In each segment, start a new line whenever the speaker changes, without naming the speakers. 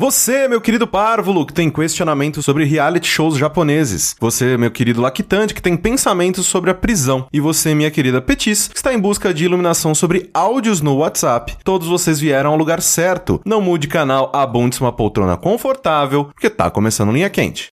Você, meu querido párvulo, que tem questionamento sobre reality shows japoneses. Você, meu querido lactante, que tem pensamentos sobre a prisão. E você, minha querida Petis, que está em busca de iluminação sobre áudios no WhatsApp. Todos vocês vieram ao lugar certo. Não mude canal, abunde uma poltrona confortável, porque tá começando linha quente.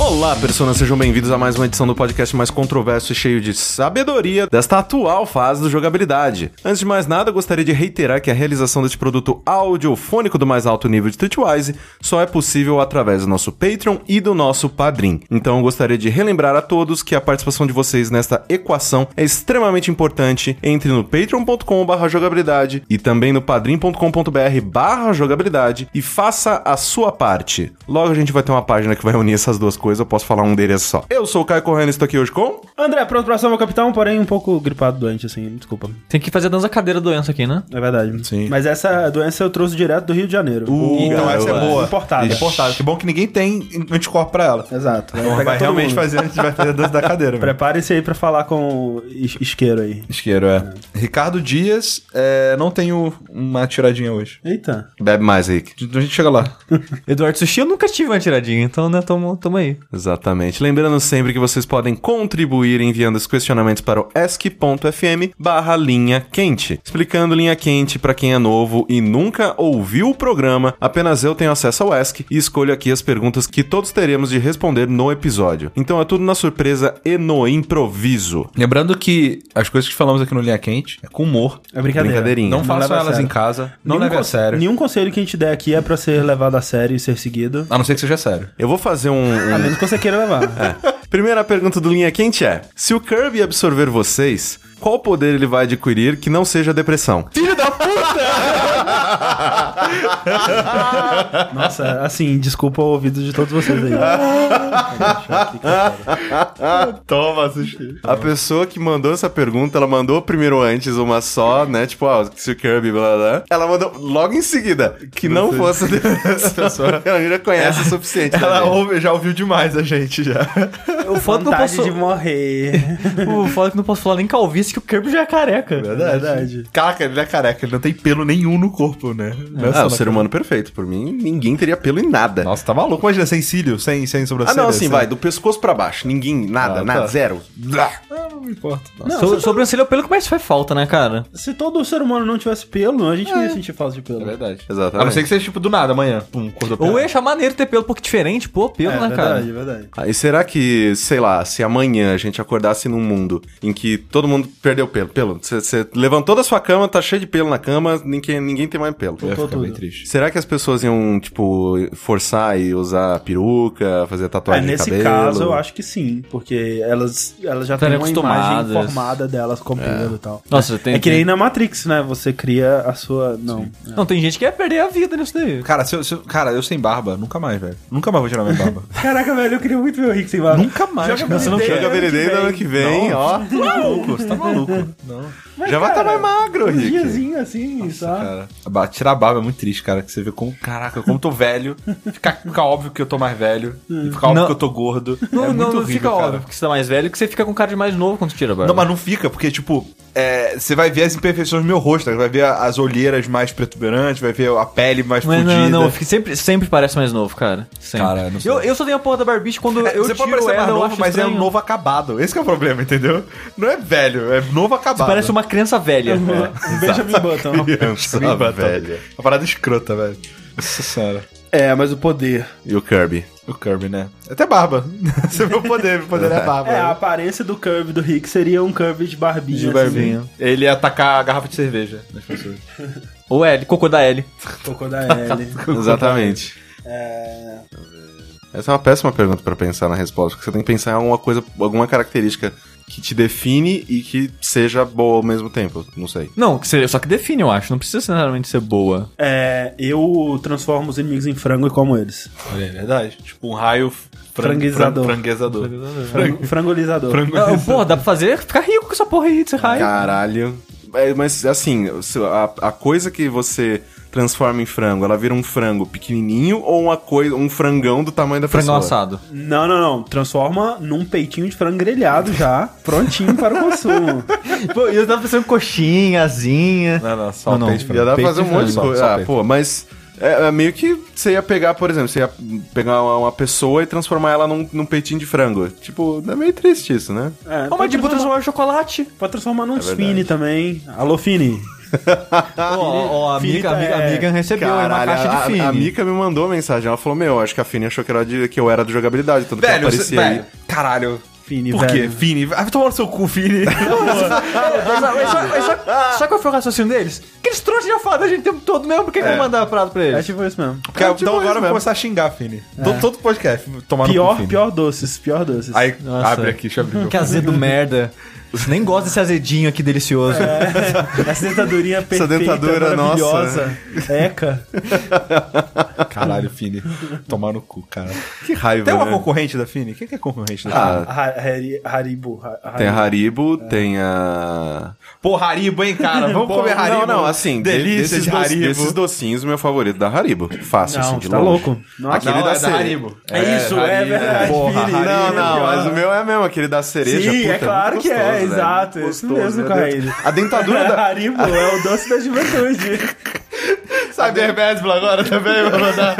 Olá, pessoas, sejam bem-vindos a mais uma edição do podcast mais controverso e cheio de sabedoria desta atual fase do jogabilidade. Antes de mais nada, gostaria de reiterar que a realização deste produto audiofônico do mais alto nível de Streetwise só é possível através do nosso Patreon e do nosso Padrim. Então, gostaria de relembrar a todos que a participação de vocês nesta equação é extremamente importante. Entre no patreon.com/barra jogabilidade e também no padrim.com.br/barra jogabilidade e faça a sua parte. Logo a gente vai ter uma página que vai unir essas duas coisas, eu posso falar um deles só. Eu sou o Caio Corrêa e estou aqui hoje com...
André, pronto pra ação, meu capitão, porém um pouco gripado doente, assim, desculpa.
Tem que fazer dança cadeira doença aqui, né?
É verdade.
Sim.
Mas essa doença eu trouxe direto do Rio de Janeiro.
Uh,
então essa é
garoto.
boa. Importada.
Reportagem. Que bom que ninguém tem anticorpo pra ela.
Exato. Vai, pegar
Vai
todo
realmente
mundo.
fazer, a gente vai fazer a dança da cadeira. velho.
Prepare-se aí pra falar com o is- isqueiro aí.
Isqueiro, é. Ricardo Dias, é, não tenho uma tiradinha hoje. Então
Eita.
Bebe mais, Rick.
A gente chega lá.
Eduardo Sushi eu nunca tive uma tiradinha, então, né, tamo, tamo aí.
Exatamente. Lembrando sempre que vocês podem contribuir enviando os questionamentos para o ask.fm barra linha quente. Explicando linha quente para quem é novo e nunca ouviu o programa, apenas eu tenho acesso ao ask e escolho aqui as perguntas que todos teremos de responder no episódio. Então é tudo na surpresa e no improviso.
Lembrando que as coisas que falamos aqui no Linha Quente é com humor.
É brincadeira.
Brincadeirinha.
Não, façam
leva a
elas
sério.
em casa. Não leve a
conse-
sério.
Nenhum conselho que a gente der aqui é pra ser levado a sério e ser seguido.
A não ser que seja sério.
Eu vou fazer um- um...
A menos que você queira levar.
Primeira pergunta do Linha Quente é: se o Kirby absorver vocês, qual poder ele vai adquirir que não seja depressão?
Nossa, assim, desculpa o ouvido de todos vocês aí. Deixa eu ficar sério.
Toma, assistir.
A pessoa que mandou essa pergunta, ela mandou primeiro antes uma só, né? Tipo, ah, se o Kirby, blá blá blá. Ela mandou logo em seguida que não, fosse depressão. Ela já conhece o suficiente. né?
Ela é
também.
ouve- já ouviu demais a gente já.
O foda, é que não
Vontade
posso,
de morrer.
o foda é que não posso falar nem calvície que o Kirby já é careca.
Verdade.
Caraca, ele é careca, ele não tem pelo nenhum no corpo, né? Não é só
Ah, o
na
ser
cara.
humano perfeito. Por mim, ninguém teria pelo em nada.
Nossa, tá maluco? Imagina, sem cílio, sem, sem
ah,
sobrancelha.
não, assim,
sem-
vai, do pescoço pra baixo. Ninguém, nada,
Ah,
nada,
tá.
zero. Blá.
Ah, não importa.
So- sobrancelha é o pelo que mais faz falta, né, cara?
Se todo ser humano não tivesse pelo, a gente não ia sentir falta de pelo.
É verdade.
Exatamente.
A não ser que seja tipo do nada amanhã. Pum, cor do pé.
Ou ia achar maneiro ter pelo um pouco diferente, pô, pelo, né,
É, verdade,
cara?
verdade.
Aí Ah, será que, sei lá, se amanhã a gente acordasse num mundo em que todo mundo perdeu pelo, pelo, você levantou da sua cama, tá cheio de pelo na cama, ninguém, ninguém tem mais pelo.
Eu ia ficar
tudo.
bem triste.
Será que as pessoas iam, tipo, forçar e usar peruca, fazer
É,
tatuagem de
nesse
cabelo?
caso, eu acho que sim, porque elas, elas já têm
Estarem
uma imagem
acostumadas.
formada delas
É.
com pelo e tal.
Nossa, tem-
É que nem
tem-
na Matrix, né? Você cria a sua... Não.
Não, tem gente que ia perder a vida nisso daí.
Cara, se eu, se eu- cara, eu sem barba, nunca mais, velho. Nunca mais vou tirar minha barba.
Caraca, velho, eu queria muito ver o Rick sem barba.
nunca mais.
Joga
cara.
Você não
Não
Joga
chega
Benedeito
ano que vem, ó.
Tá maluco, você tá maluco. Não,
Já vai estar mais magro,
Um
Rick.
diazinho assim, sabe?
cara. A ba- Tirar a barba é muito triste, cara. Que você vê como. Caraca, como eu tô velho. Fica, fica óbvio que eu tô mais velho. E fica óbvio
Não.
que eu tô gordo.
Não,
é
não,
muito
não
horrível,
fica
cara.
óbvio que você tá mais velho, que você fica com cara de mais novo quando você tira a barba.
Não, mas não fica, porque, tipo, é, você vai ver as imperfeições do meu rosto, tá? vai ver a- as olheiras mais protuberantes, vai ver a pele mais
Mas
fodida.
não, não, fica- sempre, sempre parece mais novo, cara. Sempre.
Cara, não sei.
eu, eu só tenho a porra da barbicha quando
É,
eu
você
tiro
pode parecer
ela,
mais
eu
novo,
acho
mas é
estranho.
um novo acabado. Esse que é o problema, entendeu? Não é velho, é novo acabado.
Parece uma criança velha. É.
Um Benjamin Button.
criança
Nossa,
velha.
velha.
tá Uma parada escrota, velho. Nossa senhora.
É, mas o poder...
E o Kirby.
O Kirby, né? Até barba. Você viu o poder, meu poder é barba.
É, a
né?
aparência do Kirby do Rick seria um Kirby de barbinha.
De
assim.
barbinha. Ele ia atacar a garrafa de cerveja nas pessoas.
Ou L, cocô da L.
Cocô um da Ellie.
Exatamente.
É,
Essa é uma péssima pergunta pra pensar na resposta, porque você tem que pensar em alguma coisa, alguma característica que te define e que seja boa ao mesmo tempo. Não sei.
Não, que seria- só que define, eu acho. Não precisa necessariamente ser boa.
é, eu transformo os inimigos em frango e como eles.
Olha, é verdade. Tipo um raio fran-
Franguizador.
fran- Franguezador.
Frango, frangolizador.
Ah, Pô, dá pra fazer ficar rico é com essa porra aí, de ser raio.
Caralho. É, mas assim, se- a, a coisa que você transforma em frango? Ela vira um frango pequenininho ou uma coisa, um frangão do tamanho da
Frango
pessoa?
assado.
Não, não, não. Transforma num peitinho de frango grelhado já, prontinho para o consumo.
Pô, eu tava pensando em coxinha, asinha.
Não, não, só
Não,
o
não.
peito de
Ia dar pra
Peito
fazer um monte de
frango,
coisa.
só
Ah,
peito.
pô, mas é, é meio que você ia pegar, por exemplo, você ia pegar uma, uma pessoa e transformar ela num, num peitinho de frango. Tipo, é meio triste isso, né?
É,
então
Ô, Ah, mas
pode,
de
transformar,
transformar em chocolate.
pode transformar num
É verdade.
Fini também. Alô, Fini.
Ó, ó, a
Finita
amiga, amiga,
é-
amiga recebeu aí uma
Tá. Caralho,
caixa de fini.
a, a Mika me mandou mensagem, ela falou, meu, acho que a Fini achou que, era de- que eu era de jogabilidade, tudo que
Velho, você,
aparecia aí.
velho, caralho.
Fini,
Por quê?
velho. É
Fini, vai tomar no seu cu, Então, Fini.
Mas, só- mas só- mas só- Sabe qual foi o raciocínio deles? Que eles trouxas já falam da gente o tempo todo mesmo, por que que eu vou mandar a parada pra
É
eles?
tipo isso mesmo.
Porque,
É, tipo
então
isso
agora eu vou
mesmo.
começar a xingar, Fini. Todo, todo podcast, tomar no cu,
É. Pior,
Fini.
pior doces, pior doces.
Aí,
Nossa.
abre aqui, deixa eu abrir. meu-
Que azedo merda. Nem gosta desse azedinho aqui delicioso.
É.
Essa dentadurinha perfeita,
dentadura,
maravilhosa, eca.
Caralho, Fini. Tomar no cu, cara.
Que raiva,
Tem uma
né?
concorrente da Fini? Quem que é concorrente da Fini?
Ah,
Ha- Hari- Haribo. ha-
tem a
Haribo.
Haribo, tem a...
Porra, Haribo, hein, cara? Vamos comer
Não,
Haribo.
não, assim, de-
delícia
desses,
de
doc-
Haribo.
desses docinhos, meu favorito da Haribo. Fácil, assim,
Não,
de
tá
longe.
louco. Não,
Aquele
Não,
da
é da
cereja.
Haribo.
É isso, é
Haribo.
verdade,
Porra,
Fini.
Haribo.
Não, não,
Haribo,
mas
ó.
o meu é mesmo, aquele da cereja.
Sim,
puta,
é claro
muito
que é,
gostoso, velho.
exato,
Muito
isso
gostoso,
mesmo,
meu Deus.
Caíra.
A dentadura da...
Haribo é o doce da juventude.
Cyber Baseball agora também, vai mandar.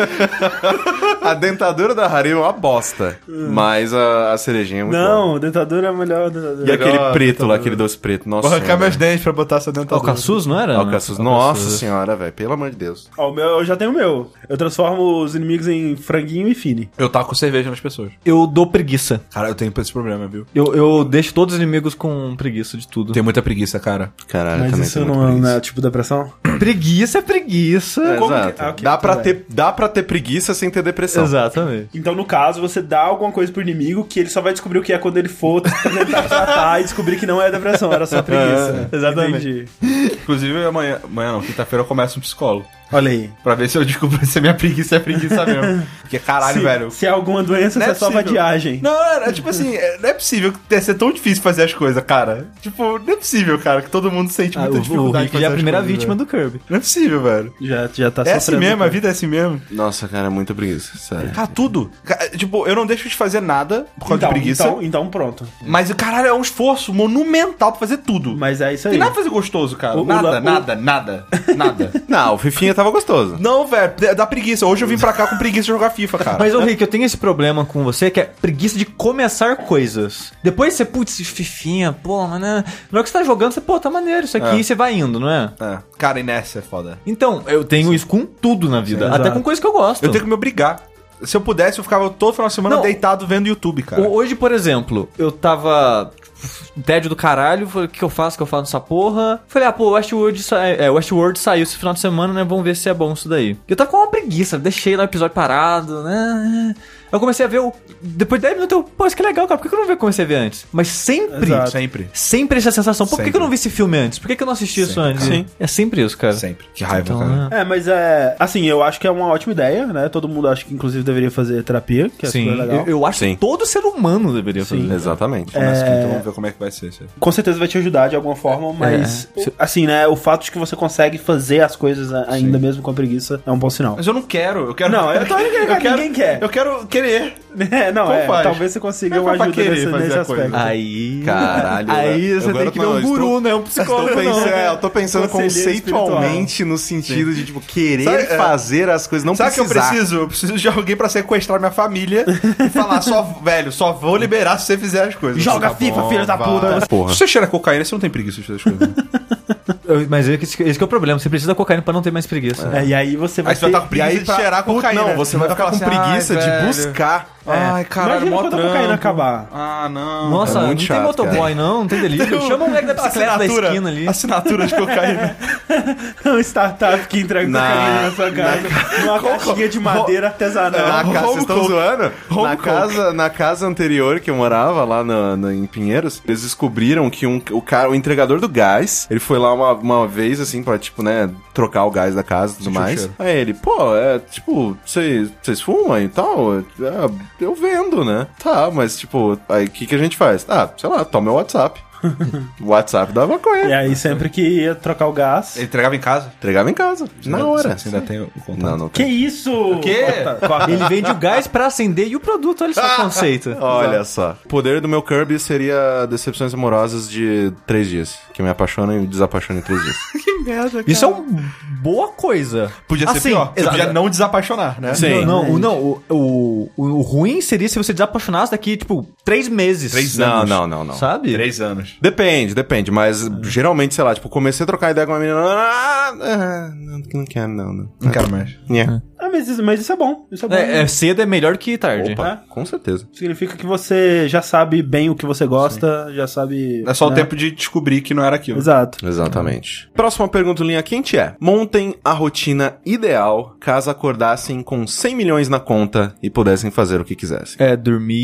A dentadura da Haribo é uma bosta. Mas a, a cerejinha é muito boa.
Hum. Não, dentadura é a melhor
E
dentadura.
aquele
Melhor
preto lá, aquele doce preto. Nossa.
Vou arrancar
senhora.
meus dentes pra botar essa dentadura.
Alcaçuz, não
né,
era? né?
Alcaçuz. Nossa senhora, velho. Pelo amor de Deus.
Ó, o meu, eu já tenho o meu. Eu transformo os inimigos em franguinho e fini.
Eu taco cerveja nas pessoas.
Eu dou preguiça.
Cara, eu tenho esse problema, viu?
Eu, eu deixo todos os inimigos com preguiça de tudo.
Tenho muita preguiça, cara.
Caralho,
Mas
também
isso
tem muito
não, é-
preguiça.
não é tipo depressão?
Preguiça é preguiça.
É,
Como que-
exato.
Ah, ok,
dá,
tudo
pra
bem.
ter, dá pra ter preguiça sem ter depressão.
Exatamente.
Então, no caso, você dá alguma coisa pro inimigo que ele só vai descobrir o que é quando ele for tentar tratar e descobrir que não é depressão, era só preguiça.
Exatamente.
Entendi.
Inclusive, amanhã, amanhã não, quinta-feira eu começo um psicólogo.
Olha aí.
Pra ver se eu descubro se a minha preguiça é preguiça mesmo. Porque caralho,
se,
Tá, velho.
se é alguma doença,
Não
você
é
é só
possível.
vadiagem.
Não, é, é tipo assim, é- não é possível que deve ser tão difícil fazer as coisas, cara. Tipo, não é possível, cara, que todo mundo sente
Ah,
muita
o, o
dificuldade. em
Rick já é
fazer
a
as
primeira
coisas,
vítima
velho.
do Kirby.
Não é possível, velho.
Já, já tá
É assim
sofrendo.
mesmo, a vida é assim mesmo.
né?
Nossa, cara, é muita preguiça. Sério.
Cara, tudo. Ca- Tipo, eu não deixo de fazer nada por causa
Então,
de preguiça.
então, então pronto.
Mas, caralho, é um esforço monumental pra fazer tudo.
Mas é isso aí.
Tem nada pra fazer gostoso, cara.
O- o
nada,
la- o-
nada, nada, nada.
Não, o Fifinha tava gostoso.
Não, velho, dá- dá preguiça. Hoje eu vim pra cá com preguiça de jogar FIFA, cara.
Mas, ô Rick, eu tenho esse problema com você que é preguiça de começar coisas. Depois você, putz, fifinha, pô, mas né? Na hora que você tá jogando, você, pô, tá maneiro isso aqui, e você vai indo, não é?
É, cara, inércia é foda.
Então, eu tenho isso com tudo na vida.
Sim,
até
exato.
com coisa que eu gosto.
Eu tenho que me obrigar. Se eu pudesse, eu ficava todo final de semana
Não.
deitado vendo YouTube, cara.
Ho- Hoje, por exemplo, eu tava tipo, tédio do caralho, falei, o que eu faço, o que eu faço nessa porra? Falei, ah, pô, Westworld, sa... é, Westworld saiu esse final de semana, né, vamos ver se é bom isso daí. Eu tava com uma preguiça, deixei lá o episódio parado, né... Eu comecei a ver o... Depois de 10 minutos eu, pô, isso que é legal, cara, por que que eu não vi- comecei a ver antes? Mas sempre...
Exato.
Sempre.
Sempre essa sensação. Pô, por que que
Sempre.
eu não vi esse filme antes? Por que que eu não assisti isso
Sempre,
antes?
cara.
Sim. É sempre isso, cara.
Sempre. Que raiva,
Então,
cara.
né?
É, mas é. Assim, eu acho que é uma ótima ideia, né? Todo mundo acha que, inclusive, deveria fazer terapia, que é
Sim,
super legal.
eu, eu acho
Sim.
que todo ser humano deveria fazer.
Exatamente.
Começa aqui, então vamos ver como é que vai ser isso aí.
Com certeza vai te ajudar de alguma forma, mas.
É.
o- Assim, né? O fato de que você consegue fazer as coisas a- ainda mesmo com a preguiça é um bom sinal.
Mas eu não quero, eu quero.
Não, eu tô- ninguém quer, ninguém quer.
Eu quero querer.
É, não,
Como
é,
faz?
talvez você consiga
Mas
uma
pra
ajuda
querer
nesse,
fazer
nesse
a coisa?
Ah,
aspecto.
Aí...
Caralho,
Aí
eu-
você
agora
tem que ver
não,
um
estou-
guru, né? Um psicólogo,
Tô
não.
pensando, é, eu tô pensando
Conselheiro
conceitualmente no sentido de, tipo, querer
Sabe, é.
fazer as coisas, não
Sabe o que eu
precisar.
preciso? Eu preciso de alguém pra sequestrar minha família e falar, só, velho, só vou liberar se você fizer as coisas. Tá
Joga FIFA, filho da puta!
Porra.
Se você cheira cocaína, você não tem preguiça de fazer as coisas.
Eu- Mas esse, que- esse que é o problema, você precisa da cocaína pra não ter mais preguiça.
É, e aí você vai
Aí você vai
ter-
estar com preguiça
aí
de
pra-
cheirar
Puta,
cocaína.
Não, você vai ficar
falar
com
assim,
preguiça
"Ai,
de
velho, É.
buscar.
Ai, caralho,
Imagina
mó
quando a cocaína
trampo.
acabar.
Ah, não.
Nossa,
É muito
não
chato,
tem motoboy, não, não tem um delírio. Chama o moleque da bicicleta da esquina ali.
Assinatura de cocaína.
um startup que entrega
Na-
cocaína na sua casa. Numa caixinha de madeira
Ah,
Na
artesanal.
casa,
home
vocês estão
coke.
zoando?
Home
Na
coke.
casa, na casa anterior que eu morava, lá na- na- em Pinheiros, eles descobriram que um- o cara, o entregador do gás, ele foi lá uma, uma vez, assim, pra, tipo, né, trocar o gás da casa e tudo
Sentiu o
mais.
cheiro.
Aí ele, pô, é, tipo, vocês vocês fumam e tal? É, eu vendo, né? Tá, mas, tipo, aí o que, que a gente faz? Ah, sei lá, toma meu WhatsApp. WhatsApp da maconha.
E aí, sempre que ia trocar o gás.
Ele entregava em casa?
Entregava em casa, na hora.
Você ainda tem o contato?
Não, não
Que
tem.
isso? O
quê?
Ele vende o gás pra acender e o produto, olha só o conceito.
Olha só. O poder do meu Kirby seria decepções amorosas de três dias. Que me apaixona e me desapaixona em três dias.
Isso é uma boa coisa.
Podia ser
Assim,
pior. Você
exato.
podia não desapaixonar, né?
Sim.
Não, não, o- não, o, o, o ruim seria se você desapaixonasse daqui, tipo, três meses.
Três
Não,
anos.
não, não, não.
Sabe?
Três anos.
Depende, depende, mas geralmente, sei lá, tipo, comecei a trocar ideia com uma menina. Ah, ah, não, não quero, não, não.
Não quero mais.
Yeah.
Ah, mas isso, mas isso é bom. Isso é bom.
É, é, cedo é melhor que tarde.
Opa, com certeza.
Significa que você já sabe bem o que você gosta, já sabe.
É só o
né?
tempo de descobrir que não era aquilo.
Exato.
Exatamente. Próxima pergunta linha quente é: montem a rotina ideal caso acordassem com 100 milhões na conta e pudessem fazer o que quisessem.
É,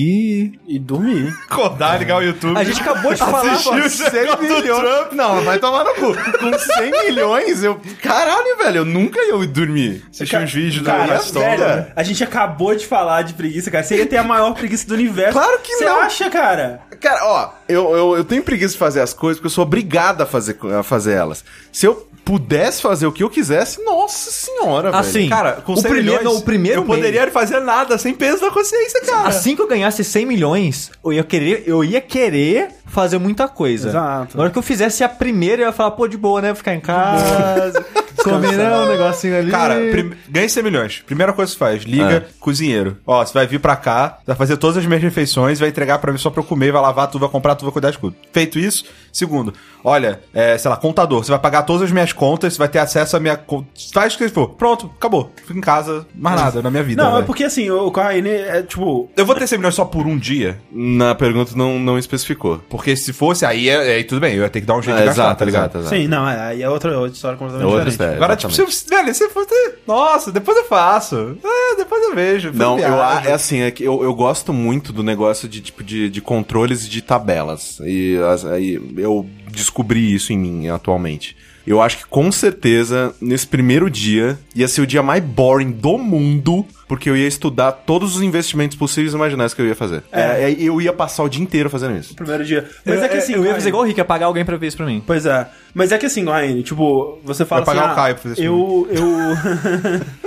dormir.
E dormir.
Acordar, ligar o YouTube.
A gente acabou de falar.
Assistir o negócio do
Trump, não, vai tomar no cu. Com 100 milhões, eu. Caralho, velho, eu nunca ia dormir.
Assistir uns vídeos é do
Cara,
Gaston.
velho, a gente acabou de falar de preguiça, cara. Você ia ter a maior preguiça do universo.
Claro que
Você
não.
acha, cara?
Cara, ó, eu, eu, eu tenho preguiça de fazer as coisas porque eu sou obrigado a fazer, co- a fazer elas. Se eu pudesse fazer o que eu quisesse, nossa senhora,
Ah,
velho.
Assim,
Cara, com
o
100
primeiro,
milhões,
não, o primeiro
eu poderia fazer nada sem peso na consciência, cara.
Assim que eu ganhasse 100 milhões, eu ia querer, eu ia querer fazer muita coisa.
Exato.
Na hora que eu fizesse a primeira, eu ia falar, pô, de boa, né? Ficar em casa, comer né, um negocinho ali.
Cara, prim... ganhe 100 milhões. Primeira coisa que você faz, liga
Ah.
cozinheiro. Ó, você vai vir pra cá, vai fazer todas as minhas refeições, vai entregar pra mim só pra eu comer, vai lavar tudo, vai comprar tudo, vai cuidar de tudo. Feito isso, segundo, olha, é, sei lá, contador, você vai pagar todas as minhas contas, você vai ter acesso à minha... con- Faz o que for. Pronto, acabou. Fico em casa, mais nada na minha vida.
Não, é
velho.
porque assim, o Corraine é tipo.
Eu vou ter 100 milhões só por um dia,
Na pergunta não, não especificou.
porque se fosse, aí, é- aí tudo bem, eu ia ter que dar um jeito
É,
de gastar,
exato,
tá ligado?
exato, exato.
Sim, não, é- aí é outra, outra história completamente
É outra
diferente.
história.
Agora, tipo, se,
Exatamente.
eu- velho, se fosse... Nossa, depois eu faço. É, depois eu vejo. depois
Não, eu, a-
viajo.
é assim, é que eu, eu gosto muito do negócio de, tipo, de, de controles e de tabelas. E as- aí eu descobri isso em mim atualmente. Eu acho que com certeza, nesse primeiro dia, ia ser o dia mais boring do mundo, porque eu ia estudar todos os investimentos possíveis e imaginais que eu ia fazer. É, é, eu ia passar o dia inteiro fazendo isso.
Primeiro dia. Mas é que assim.
eu ia fazer
Corraine-
igual o Rick, ia pagar alguém pra ver isso pra mim.
Pois é. Mas é que assim, Corraine, tipo, você fala
Vai
assim.
pagar o
ah,
Caio pra fazer isso
eu,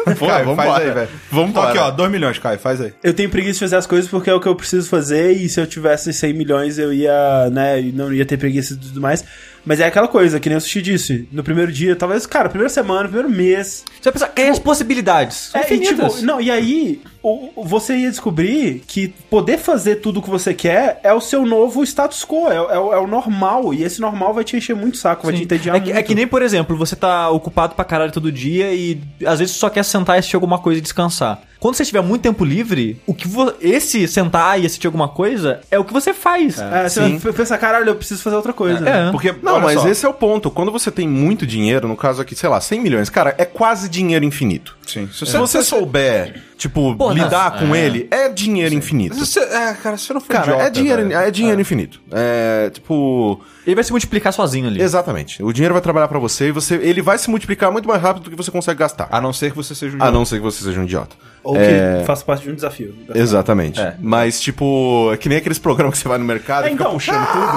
eu,
Pô,
Caio,
vambora.
faz aí, velho.
Vambora.
Aqui, ó, 2 milhões, Caio, faz aí.
eu tenho preguiça de fazer as coisas porque é o que eu preciso fazer. E se eu tivesse 100 milhões, eu ia, né? e Não ia ter preguiça e tudo mais. Mas é aquela coisa, que nem o Sushi disse. No primeiro dia, talvez, cara, primeira semana, primeiro mês.
Você vai pensar, quem é as possibilidades? São
tipo, É, e,
infinitas.
tipo, não, e aí o- o- você ia descobrir que poder fazer tudo o que você quer é o seu novo status quo, é, é o- é o normal. E esse normal vai te encher muito o saco, vai te
Sim.
entediar
é, que,
muito.
é que nem, por exemplo, você tá ocupado pra caralho todo dia e às vezes só quer sentar e assistir alguma coisa e descansar. Quando você tiver muito tempo livre, o que vo- esse sentar e assistir alguma coisa é o que você faz.
É, você vai pensar, caralho, eu preciso fazer outra coisa.
É.
Porque,
Não,
olha
mas
só,
esse é o ponto. Quando você tem muito dinheiro, no caso aqui, sei lá, 100 milhões, cara, é quase dinheiro infinito.
Sim.
Se
Se você...
você souber, tipo,
Pô,
lidar
nossa,
com
é.
ele, é dinheiro infinito.
Se você- É, cara, se você não for
Cara, é
idiota,
dinheiro,
velho.
é dinheiro infinito. É, tipo,
Ele vai se multiplicar sozinho ali.
exatamente. O dinheiro vai trabalhar pra você e você, ele vai se multiplicar muito mais rápido do que você consegue gastar.
A não ser que você seja um
A não ser que você seja um idiota.
Ou que faça parte de um desafio.
Exatamente. Mas, tipo, é que nem aqueles programas que você vai no mercado
É,
e fica
então,
puxando tudo.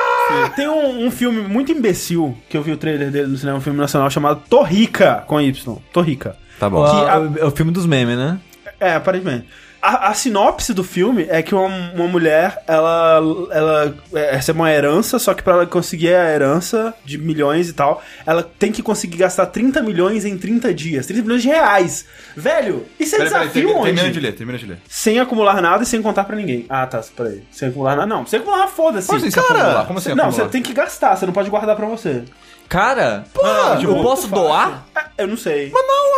Ah!
Velho, tem um, um filme muito imbecil que eu vi o trailer dele no cinema, um filme nacional chamado Torrica, com Y. Torrica.
Tá
Ó,
bom.
Que a-
É o filme dos memes, né?
É, aparentemente. A, a sinopse do filme é que uma, uma mulher, ela, ela é, recebe uma herança, só que pra ela conseguir a herança de milhões e tal, ela tem que conseguir gastar 30 milhões em 30 dias. 30 milhões de reais. Velho, isso é
Peraí, peraí,
desafio
termina-
onde?
Termina de ler, termina de ler.
Sem acumular nada e sem contar pra ninguém. Ah, tá, peraí. Sem acumular nada, não. Sem acumular, foda-se.
Como assim, sem
Cara,
acumular? Como assim,
Não,
acumular?
você tem que gastar, você não pode guardar pra você. Tipo,
Cara, Ah, eu posso doar?
Ah, Eu não sei.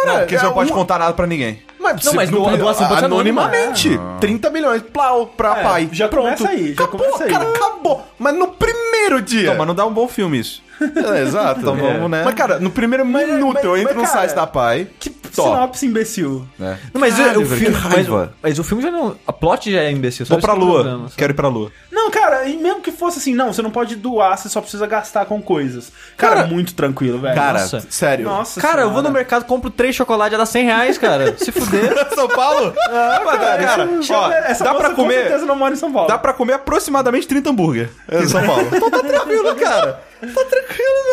Não, porque
é
você não pode contar nada pra ninguém.
Mas,
Não, mas
você-
doa- doação pode ser anônima.
anonimamente. 30 Ah. milhões, plau, pra
É,
pai.
já
Pronto.
começa aí, já
acabou,
começa aí.
cara, acabou. Mas no primeiro dia.
Não, mas não dá um bom filme isso.
É, exato.
Então vamos, né? é-
Mas, cara, no primeiro minuto
mas-
eu entro no
mas, cara,
site da Pai.
Que,
Tó.
Sinopse imbecil.
né?
Não, mas,
Caralho,
o
velho,
filme,
que
mas,
raiva.
mas o filme já não. A plot já é imbecil. só
Vou
esse
pra
que é o
lua.
problema, sabe?
Quero ir pra lua.
Não, cara, e mesmo que fosse assim, não, você não pode doar, você só precisa gastar com coisas. Cara,
Cara,
muito tranquilo, velho.
Cara,
Nossa.
sério.
nossa
Cara, eu vou no
senhora.
mercado, compro três chocolates, já dá 100 reais, cara. Se fuder.
São Paulo? Ah, cara,
Deixa eu
ó,
ver, essa
dá
moça
pra
com
comer.
certeza não mora em São Paulo.
Dá pra comer aproximadamente 30 hambúrguer em São Paulo. então tá tranquilo, cara. Tá tranquilo,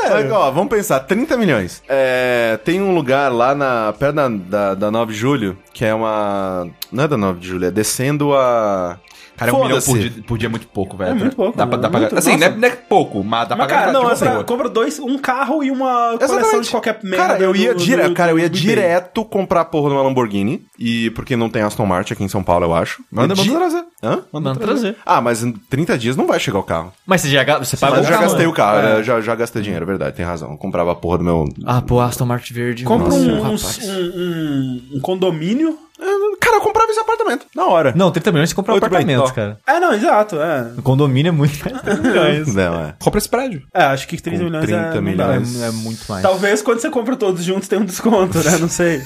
velho.
Mas, ó, vamos pensar, 30 milhões. É, tem um lugar lá na perto da, da, da 9 de julho, que é uma. Não é da 9 de julho, é descendo a.
Cara, um milhão
Foda-se.
por dia, por dia é muito pouco, velho.
É muito pouco,
Dá pra, dá
né?
pra
Muito-
assim, não
nossa.
é, não é pouco, mas dá
Mas,
pra
cara,
gastar de
não,
uma
essa,
boa.
compra dois, um carro e uma coleção
Exatamente.
de qualquer é merda.
Cara, eu ia,
do-
dire...
do-
cara, eu ia
do-
direto comprar a porra numa Lamborghini. E porque não tem Aston Martin aqui em São Paulo, eu acho.
Manda-
Eu
manda
di-
trazer.
Hã?
Manda trazer.
Ah, mas em 30 dias não vai chegar o carro.
Mas você já ga- você pagou
Mas eu
o
já
carro,
gastei
né?
o carro, eu já, já gastei dinheiro, é verdade, tem razão. Eu comprava a porra do meu.
Ah, pô, Aston Martin verde.
Compra
nossa,
um, um,
rapaz.
um- um condomínio.
É, Cara, eu comprava esse apartamento, na hora.
Não, 30 milhões você compra um
Muito bem,
apartamento,
ó.
cara.
É, não, exato, é.
O condomínio é muito mais.
Não, é.
Compra esse prédio.
É, acho que 30
Com
milhões
30
é, não dá.
milhões.
É, é muito mais.
Talvez quando você compra todos juntos tenha um desconto, né? Não sei.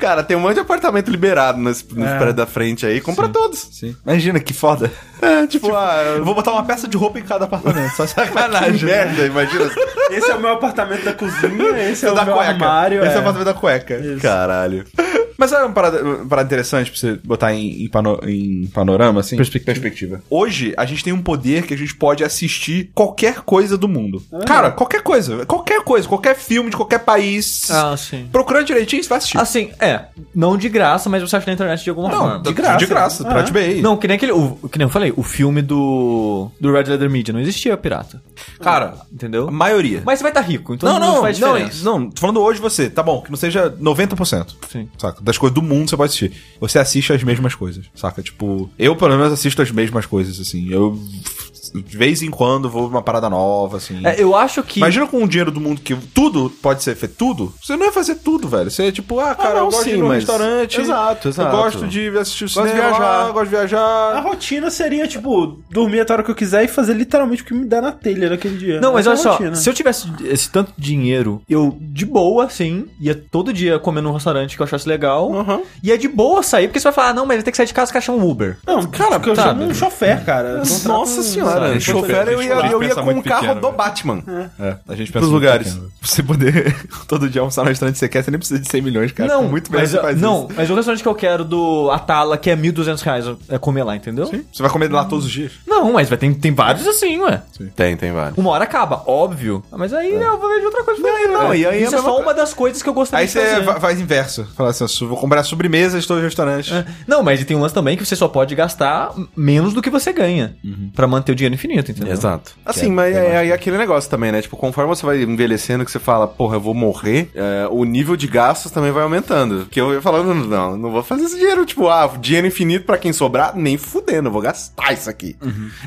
Cara, tem um monte de apartamento liberado nesse, nesse
É.
prédio da frente aí, compra todos.
Sim. Imagina que foda.
É, tipo, ah,
Eu
eu
vou botar uma peça de roupa em cada apartamento, só
Que
sacanagem.
merda, imagina.
Esse é o meu apartamento da cozinha, esse é o
da
meu
cueca.
armário.
Esse é
é.
o apartamento da cueca.
Caralho.
Mas é uma parada, uma parada interessante pra você botar em, em pano- em panorama, assim?
Perspectiva.
Hoje, a gente tem um poder que a gente pode assistir qualquer coisa do mundo. Cara, qualquer coisa. Qualquer coisa. Qualquer filme de qualquer país.
Ah, sim.
Procurando direitinho, você vai assistir.
Assim, é. Não de graça, mas você acha na internet de alguma forma.
de
graça.
De graça.
Ah,
Pirate Bay.
Não, que nem aquele. O, que nem eu falei, o filme do. Do Red Leather Media. Não existia pirata.
Cara,
Entendeu?
a maioria.
Mas você vai estar rico, então
não,
não,
não,
faz
não,
diferença.
não, tô falando hoje você, tá bom, que não seja 90%.
Sim.
Saca? Das coisas do mundo você pode assistir. Você assiste as mesmas coisas, saca? Tipo, eu pelo menos assisto as mesmas coisas, assim. Eu, de vez em quando, vou uma parada nova, assim.
É, eu acho que.
Imagina com o dinheiro do mundo que tudo pode ser feito, tudo. Você não ia fazer tudo, velho. Você é tipo, ah, cara,
não,
eu gosto
sim,
de ir num
mas-
restaurante.
Exato, exato.
Eu gosto de assistir o
Gosto de
cinema, gosto
viajar.
de viajar. Gosto de
A
viajar.
rotina seria, tipo, dormir até a hora que eu quiser e fazer literalmente o que me der na telha naquele dia.
Não, mas
Essa é
olha
a
só,
né?
rotina.
se eu tivesse esse tanto de dinheiro, eu de boa, assim, ia todo dia comer num restaurante que eu achasse legal.
Uhum.
Ia de boa sair, porque você vai falar, ah, não, mas ele tem que sair de casa que achar um Uber.
Não, cara, porque eu
tá,
chamo um chofer, cara.
Nossa senhora,
sabe?
é-
chofer é- eu ia, eu ia
Pensa
com o
muito
carro
pequeno,
do
velho.
Batman.
É, a gente pensa
Pros
muito
lugares.
pequeno. Pra você poder todo dia almoçar no restaurante que você quer, você nem precisa de 100 milhões, cara.
não,
É, muito melhor
mas,
você faz
não
isso.
mas o restaurante que eu quero do Atala, que é 1.200 reais, é comer lá, entendeu?
Você vai comer lá todos os dias.
Não, mas vai, tem, tem vários assim, ué.
Tem, tem vários.
Uma hora acaba, óbvio. Mas aí né, eu vou ver de outra coisa. Não,
não, e aí é a
Isso é
mesma
só
coisa.
uma das coisas que eu gostaria
Aí
de
você
fazer.
fa- faz inverso. Fala assim, eu vou comprar sobremesas de todos os restaurantes.
É. Não, mas tem um lance também que você só pode gastar menos do que você ganha pra manter o dinheiro infinito, entendeu?
Exato. Assim, mas é, é aquele negócio também, né? Tipo, conforme você vai envelhecendo, que você fala, porra, eu vou morrer, é, o nível de gastos também vai aumentando. Porque eu ia falando, não, não vou fazer esse dinheiro, tipo, ah, dinheiro infinito pra quem sobrar, nem fudendo, eu vou gastar isso aqui.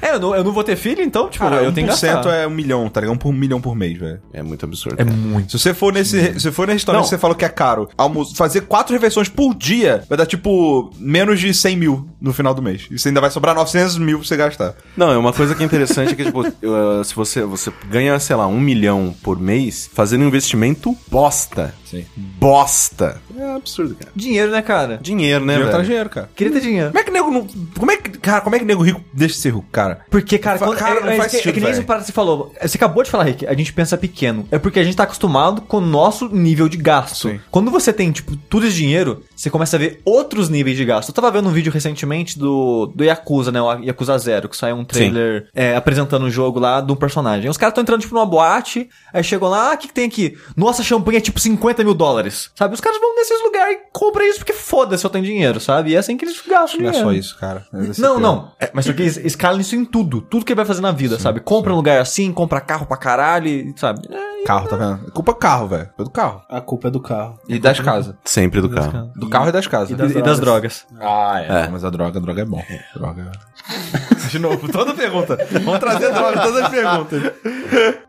É, eu não, eu não vou ter filho, então, tipo,
Cara,
eu tenho que gastar.
1% é um milhão, tá ligado? Um por milhão por mês, velho.
É muito absurdo.
É muito.
Se você for nesse, se for nesse restaurante
Não.
que você falou que é caro, almo- fazer quatro refeições por dia vai dar tipo menos de 100 mil no final do mês. E você ainda vai sobrar 900 mil pra você gastar.
Não, é uma coisa que é interessante é que, tipo, eh, se você, você ganha, sei lá, um milhão por mês fazendo um investimento bosta.
Sim.
Bosta. É absurdo, cara.
Dinheiro, né, cara?
Dinheiro, né,
Dinheiro
velho?
traz dinheiro, tá cara.
Queria ter dinheiro.
Como é que nego não. Como é que. Cara, como é que nego rico deixa de ser rico, cara?
Porque, cara,
Fa-
quando,
cara,
é,
não
é,
faz
é, que- é que
sentido,
nem
velho.
isso para- você falou. Você acabou de falar, Rick, a gente pensa pequeno. É porque a gente tá acostumado com o nosso nível de gasto.
Sim.
Quando você tem, tipo, tudo esse dinheiro, você começa a ver outros níveis de gasto. Eu tava vendo um vídeo recentemente do, do Yakuza, né? O Yakuza Zero, que saiu um trailer é, apresentando o jogo lá de um personagem. Os caras estão entrando, tipo, numa boate, aí chegam lá, ah, o que, que tem aqui? Nossa, champanhe é tipo 50 mil dólares. Sabe? Os caras vão nesses lugares e compram isso porque foda-se, eu tenho dinheiro, sabe? E é assim que eles gastam
Não é
dinheiro.
só isso, cara. Essa é a
Não,
pior.
não. É, mas só que es- escala isso em tudo. Tudo que ele vai fazer na vida, sabe? Compra um lugar assim, compra carro pra caralho, e- sabe?
Carro, tá vendo? É Culpa do carro, velho. Culpa do carro.
A culpa é do carro.
E das casas.
Sempre do carro.
Do carro e das casas.
E, e das drogas.
Ah, é. Não, Mas a droga, a droga é bom. Droga. De novo, toda pergunta. Vamos trazer droga, todas as perguntas.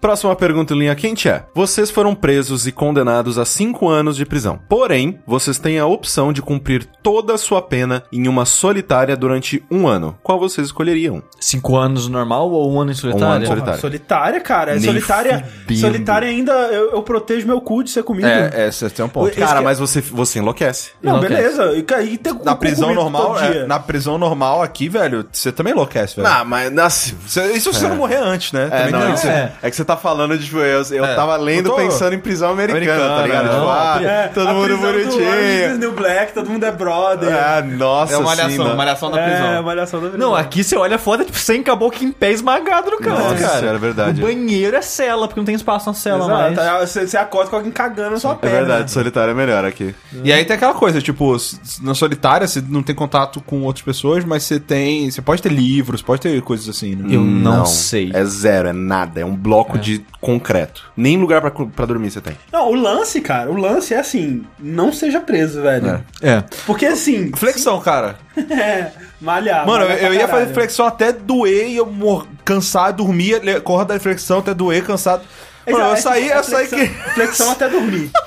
Próxima pergunta em linha quente é: Vocês foram presos e condenados a 5 anos de prisão. Porém, vocês têm a opção de cumprir toda a sua pena em uma solitária durante um ano. Qual vocês escolheriam?
Cinco anos normal ou um ano em solitário?
ano em solitário.
Porra, Ah, solitária, cara. É
Nem
solitária,
fudendo.
solitária ainda eu, eu protejo meu cu de ser comido.
É, é, você tem um ponto.
Esse
Cara,
que-
mas você, você enlouquece.
Não,
Enlouquece.
beleza. E, ca- e ter
Na
cu
prisão
comido
normal,
todo dia.
é, na prisão normal aqui, velho, você também enlouquece, velho.
mas nasce.
Cê- isso se você não morrer antes, né?
É,
Também
não,
tem
é, que
isso.
você- é. que você tá falando de. Eu, eu
É.
tava lendo
Eu tô-
pensando em prisão americana,
Americana,
tá ligado?
não.
Tipo, ah,
É,
todo
a
mundo
prisão do Orange is
bonitinho.
the New Black, todo mundo é brother.
Ah, nossa,
É uma
sim,
malhação,
mano.
malhação na prisão.
É, malhação da prisão.
Não, aqui você olha foda, tipo, sem caboclo em pé esmagado no canto,
Nossa,
cara.
era verdade.
O banheiro é cela, porque não tem espaço na cela mais.
Exato. Aí Você, você acorda com alguém cagando na sua
É
perna.
verdade, solitário é melhor aqui.
E aí tem aquela coisa, tipo, s- s- na solitária você não tem contato com outras pessoas, mas você tem. Você pode ter livros, pode ter coisas assim, né?
Eu não, sei.
É zero, é nada. É um bloco de concreto. Nem lugar pra, cu- pra dormir você tem.
Não, o lance, cara, o lance é assim, não seja preso, velho.
É.
Porque assim,
Flexão, cara.
é, malhar.
Mano, eu,
malhar pra
eu ia
caralho.
fazer flexão até doer e eu mor- cansar, dormia, le- corra da flexão até doer, cansado.
Exato,
Mano, eu
é
saí,
flexão-
eu saí que.
Flexão até dormir.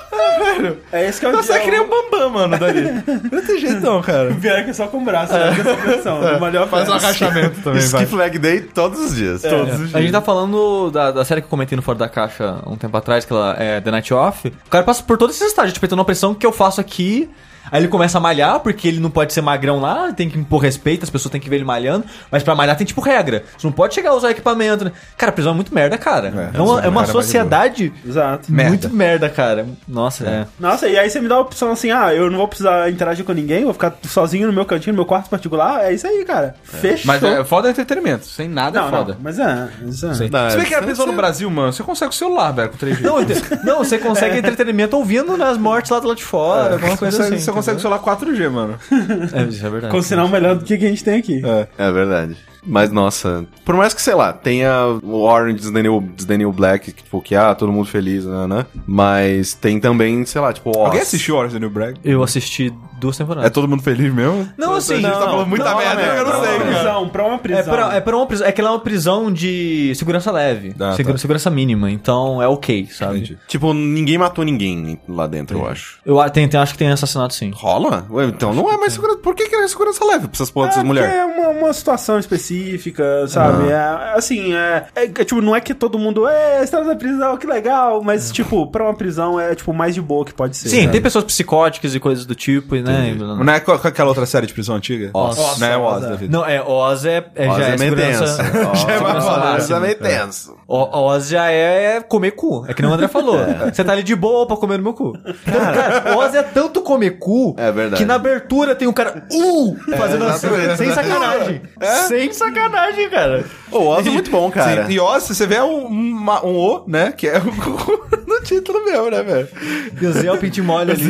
É esse que é o
Eu saí
é
que nem
o-
um bambam, mano, dali. Não tem jeito não, cara.
Pior que é só com o braço, né? Essa flexão. Melhor
Faz um agachamento também, vai.
Skip leg day todos os dias. Todos os
A gente tá falando da, da série que eu comentei no Fora da Caixa um tempo atrás, que ela é The Night Off. O cara passa por todos esses estágios, tipo, entrando uma pressão que eu faço aqui. Aí ele começa a malhar, porque ele não pode ser magrão lá, tem que impor respeito, as pessoas têm que ver ele malhando. Mas pra malhar tem tipo regra. Você não pode chegar a usar equipamento, né? Cara, a prisão é muito merda, cara. É, uma, é uma
era mais de boa.
sociedade
Exato.
muito merda, cara. Nossa, é.
Nossa, e aí você me dá a opção assim, ah, eu não vou precisar interagir com ninguém, vou ficar sozinho no meu cantinho, no meu quarto particular. É isso aí, cara. Fechou.
Mas é, foda é entretenimento, sem nada
não,
é foda.
não, mas é, mas é.
Não,
Se bem que a
você-
prisão no Brasil, mano, você consegue o celular, velho, com 3G.
Não, eu ente- não, você consegue entretenimento ouvindo nas mortes lá do lado de fora, alguma
É. Você
coisa
consegue,
assim.
é, você consegue o celular 4G, mano.
entendeu? É, isso é verdade.
Tá Com sinal melhor do que a gente tem aqui.
É verdade. Mas, nossa, por mais que, sei lá, tenha o Orange is the New, is the New Black, que, tipo, que, ah, todo mundo feliz, né, né? Mas tem também, sei lá, tipo,
Alguém
Oz.
assistiu Horas do New Brag?
Eu assisti duas
É
temporadas.
todo mundo feliz mesmo?
Não, assim,
a gente tá falando muita
não,
merda,
não,
eu
não,
não,
Pra
sei,
uma
não.
cara.
prisão, pra uma prisão.
É pra, é pra uma prisão. É que ela é uma prisão de segurança leve.
Ah,
segura-
tá.
Segurança mínima. Então é ok, sabe?
Entendi.
Tipo, ninguém matou ninguém lá dentro, eu acho.
Eu a- tem, tem- acho que tem assassinato sim.
Rola? Ué, então não é mais segurança. Por que, que é segurança leve pra essas porra dessas
porque
mulheres?
É uma, uma situação específica, sabe? É, assim, é, é- é, Tipo, não é que todo mundo. É, estamos na prisão, que legal. Mas, tipo, pra uma prisão é, tipo, mais de boa que pode ser.
Sim,
sabe?
tem pessoas psicóticas e coisas do tipo, e, né?
Não é com com aquela outra série de prisão antiga?
Oz.
Não é Oz da vida.
Não, é Oz é, é
Oz
já é,
é meio
segurança.
tenso. Oz é
segurança
foda, Oz
máxima.
é meio tenso.
O- Oz já é comer cu. É que nem o André falou. Você tá ali de boa pra comer no meu cu. Então, cara, Oz é tanto comer cu
É verdade.
que na abertura tem um cara uh, fazendo assim,
exatamente.
sem sacanagem. Sem sacanagem, cara.
O Oz é muito bom, cara.
Sim, e Oz, você vê um, um, um O, né? Que é o no título mesmo, né, velho?
Deusel o pinto mole ali.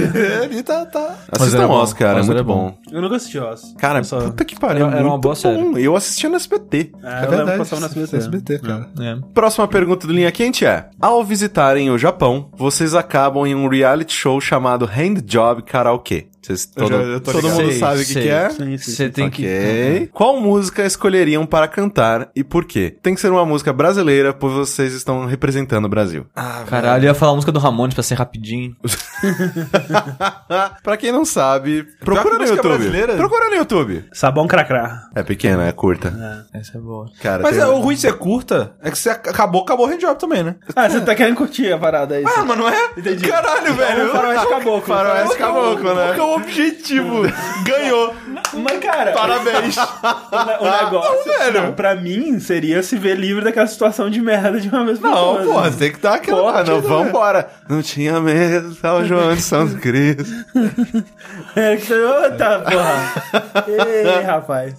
Ali tá, tá.
Assistam
era
Oz,
bom.
cara, é
Oz
muito
era
bom.
bom.
Eu nunca assisti Oz.
Cara,
Eu só-
puta que pariu. é
Era- era uma
muito
boa série.
bom. Eu assistia no SBT.
É, eu lembro, passava na SBT.
SBT, cara.
É.
Próxima pergunta do Linha Quente é: Ao visitarem o Japão, vocês acabam em um reality show chamado Hand Job Karaoke. Vocês, todo
já- eu tô
todo
ligado.
mundo
Sei,
sabe o que,
sei.
que é?
Sim, sim,
Você
sim.
tem que.
Ok. Qual música escolheriam para cantar e por quê? Tem que ser uma música brasileira, pois vocês estão representando o Brasil.
Caralho, eu ia falar a música do Ramones pra ser rapidinho.
Pra quem não sabe, procura no
música
YouTube.
brasileira?
Procura no YouTube.
Sabão cracrá.
É pequena, é curta.
Essa é boa.
Cara,
Mas
tem- um-
é, o ruim de ser curta é que você ac- acabou, acabou o handjob também, né?
Ah, você tá querendo curtir a parada aí?
Ah, mas não é?
Entendi.
Caralho,
Então,
velho.
o é faroeste caboclo.
Faroeste caboclo, né?
Porque é o objetivo ganhou.
Mas, cara,
Parabéns.
o, ne- o negócio.
Não, velho.
Não, pra mim, seria se ver livre daquela situação de merda de uma vez por
Não,
todas,
porra,
né?
tem que dar aquela.
Ah, não,
batida, né?
vambora. Não tinha medo, tá o João de Santo Cristo.
É, que você- Ô, tá, porra. Ei, rapaz.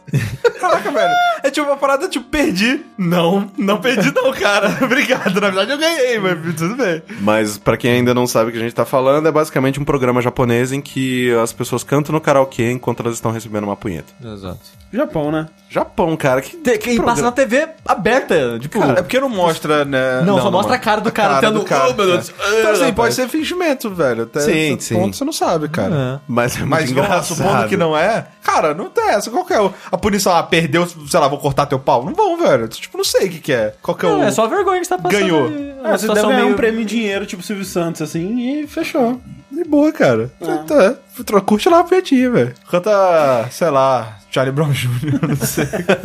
Caraca, velho. É tipo uma parada tipo, perdi. Não, não perdi, não, cara. Obrigado. Na verdade, eu ganhei, mas tudo bem.
Mas pra quem ainda não sabe o que a gente tá falando, é basicamente um programa japonês em que as pessoas cantam no karaokê enquanto elas estão recebendo uma punheta.
Exato.
Japão, né?
Japão, cara, que
Tem, que passa na TV aberta. Tipo,
Cara, é porque não mostra, né?
Não, só mostra a cara do cara tendo- Oh, meu Deus.
É. Então, assim, pode ser fingimento, velho. Até
Sim,
sim,
sim.
ponto você não sabe, cara.
Mas é muito
Mas vamos lá,
engraçado.
supondo que não é. Cara, não tem essa. Qual que é o- a punição? Ah, perdeu, sei lá, vou cortar teu pau? Não vão, velho. Tipo, não sei o que, que é. Qual que é o.
é só vergonha que você tá passando.
Ganhou.
Ah,
ali. uma
você deve
situação
ganhar
meio...
um prêmio em dinheiro, tipo Silvio Santos, assim, e fechou.
De boa, cara.
É.
Tá, tro- curte lá a piadinha, velho. Canta, sei lá, Charlie Brown Jr., não sei.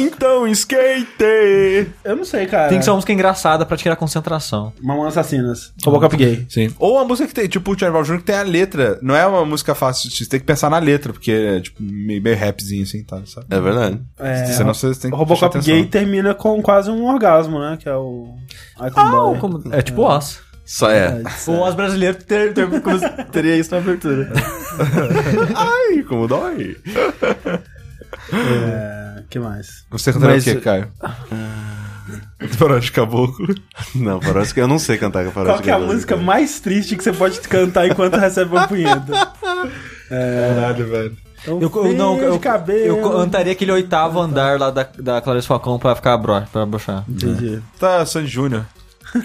Então, skate!
Eu não sei, cara.
Tem que ser um uma música engraçada pra tirar concentração.
Mamãe Assassinas. Robocop Gay.
Sim. Ou uma música que tem, tipo, o Charlie Brown Jr., que tem a letra. Não é uma música fácil, você tem que pensar na letra, porque é, tipo, meio, meio rapzinho assim, tá? Sabe?
É verdade.
É,
Senão você tem que
Robocop
prestar
Gay
atenção.
termina com quase um orgasmo, né? Que é o. I Can
Ah,
Buy.
como- É tipo Oz.
Só é.
O Oz brasileiro ter- ter- como- teria isso na abertura.
Ai, como dói.
É, que mais?
Você cantaria
Mas-
o quê, Caio?
Ah.
Parou de caboclo.
Não, parece que eu não sei cantar com
Qual que é a música mais triste que você pode cantar enquanto recebe uma punheta?
É.
Caralho, velho.
Então,
Eu, eu- não,
fio
eu,
de cabelo.
eu cantaria aquele oitavo andar lá da, da Clarice Falcão pra ficar bro, pra broxar.
Entendi.
Tá, Sandy Júnior.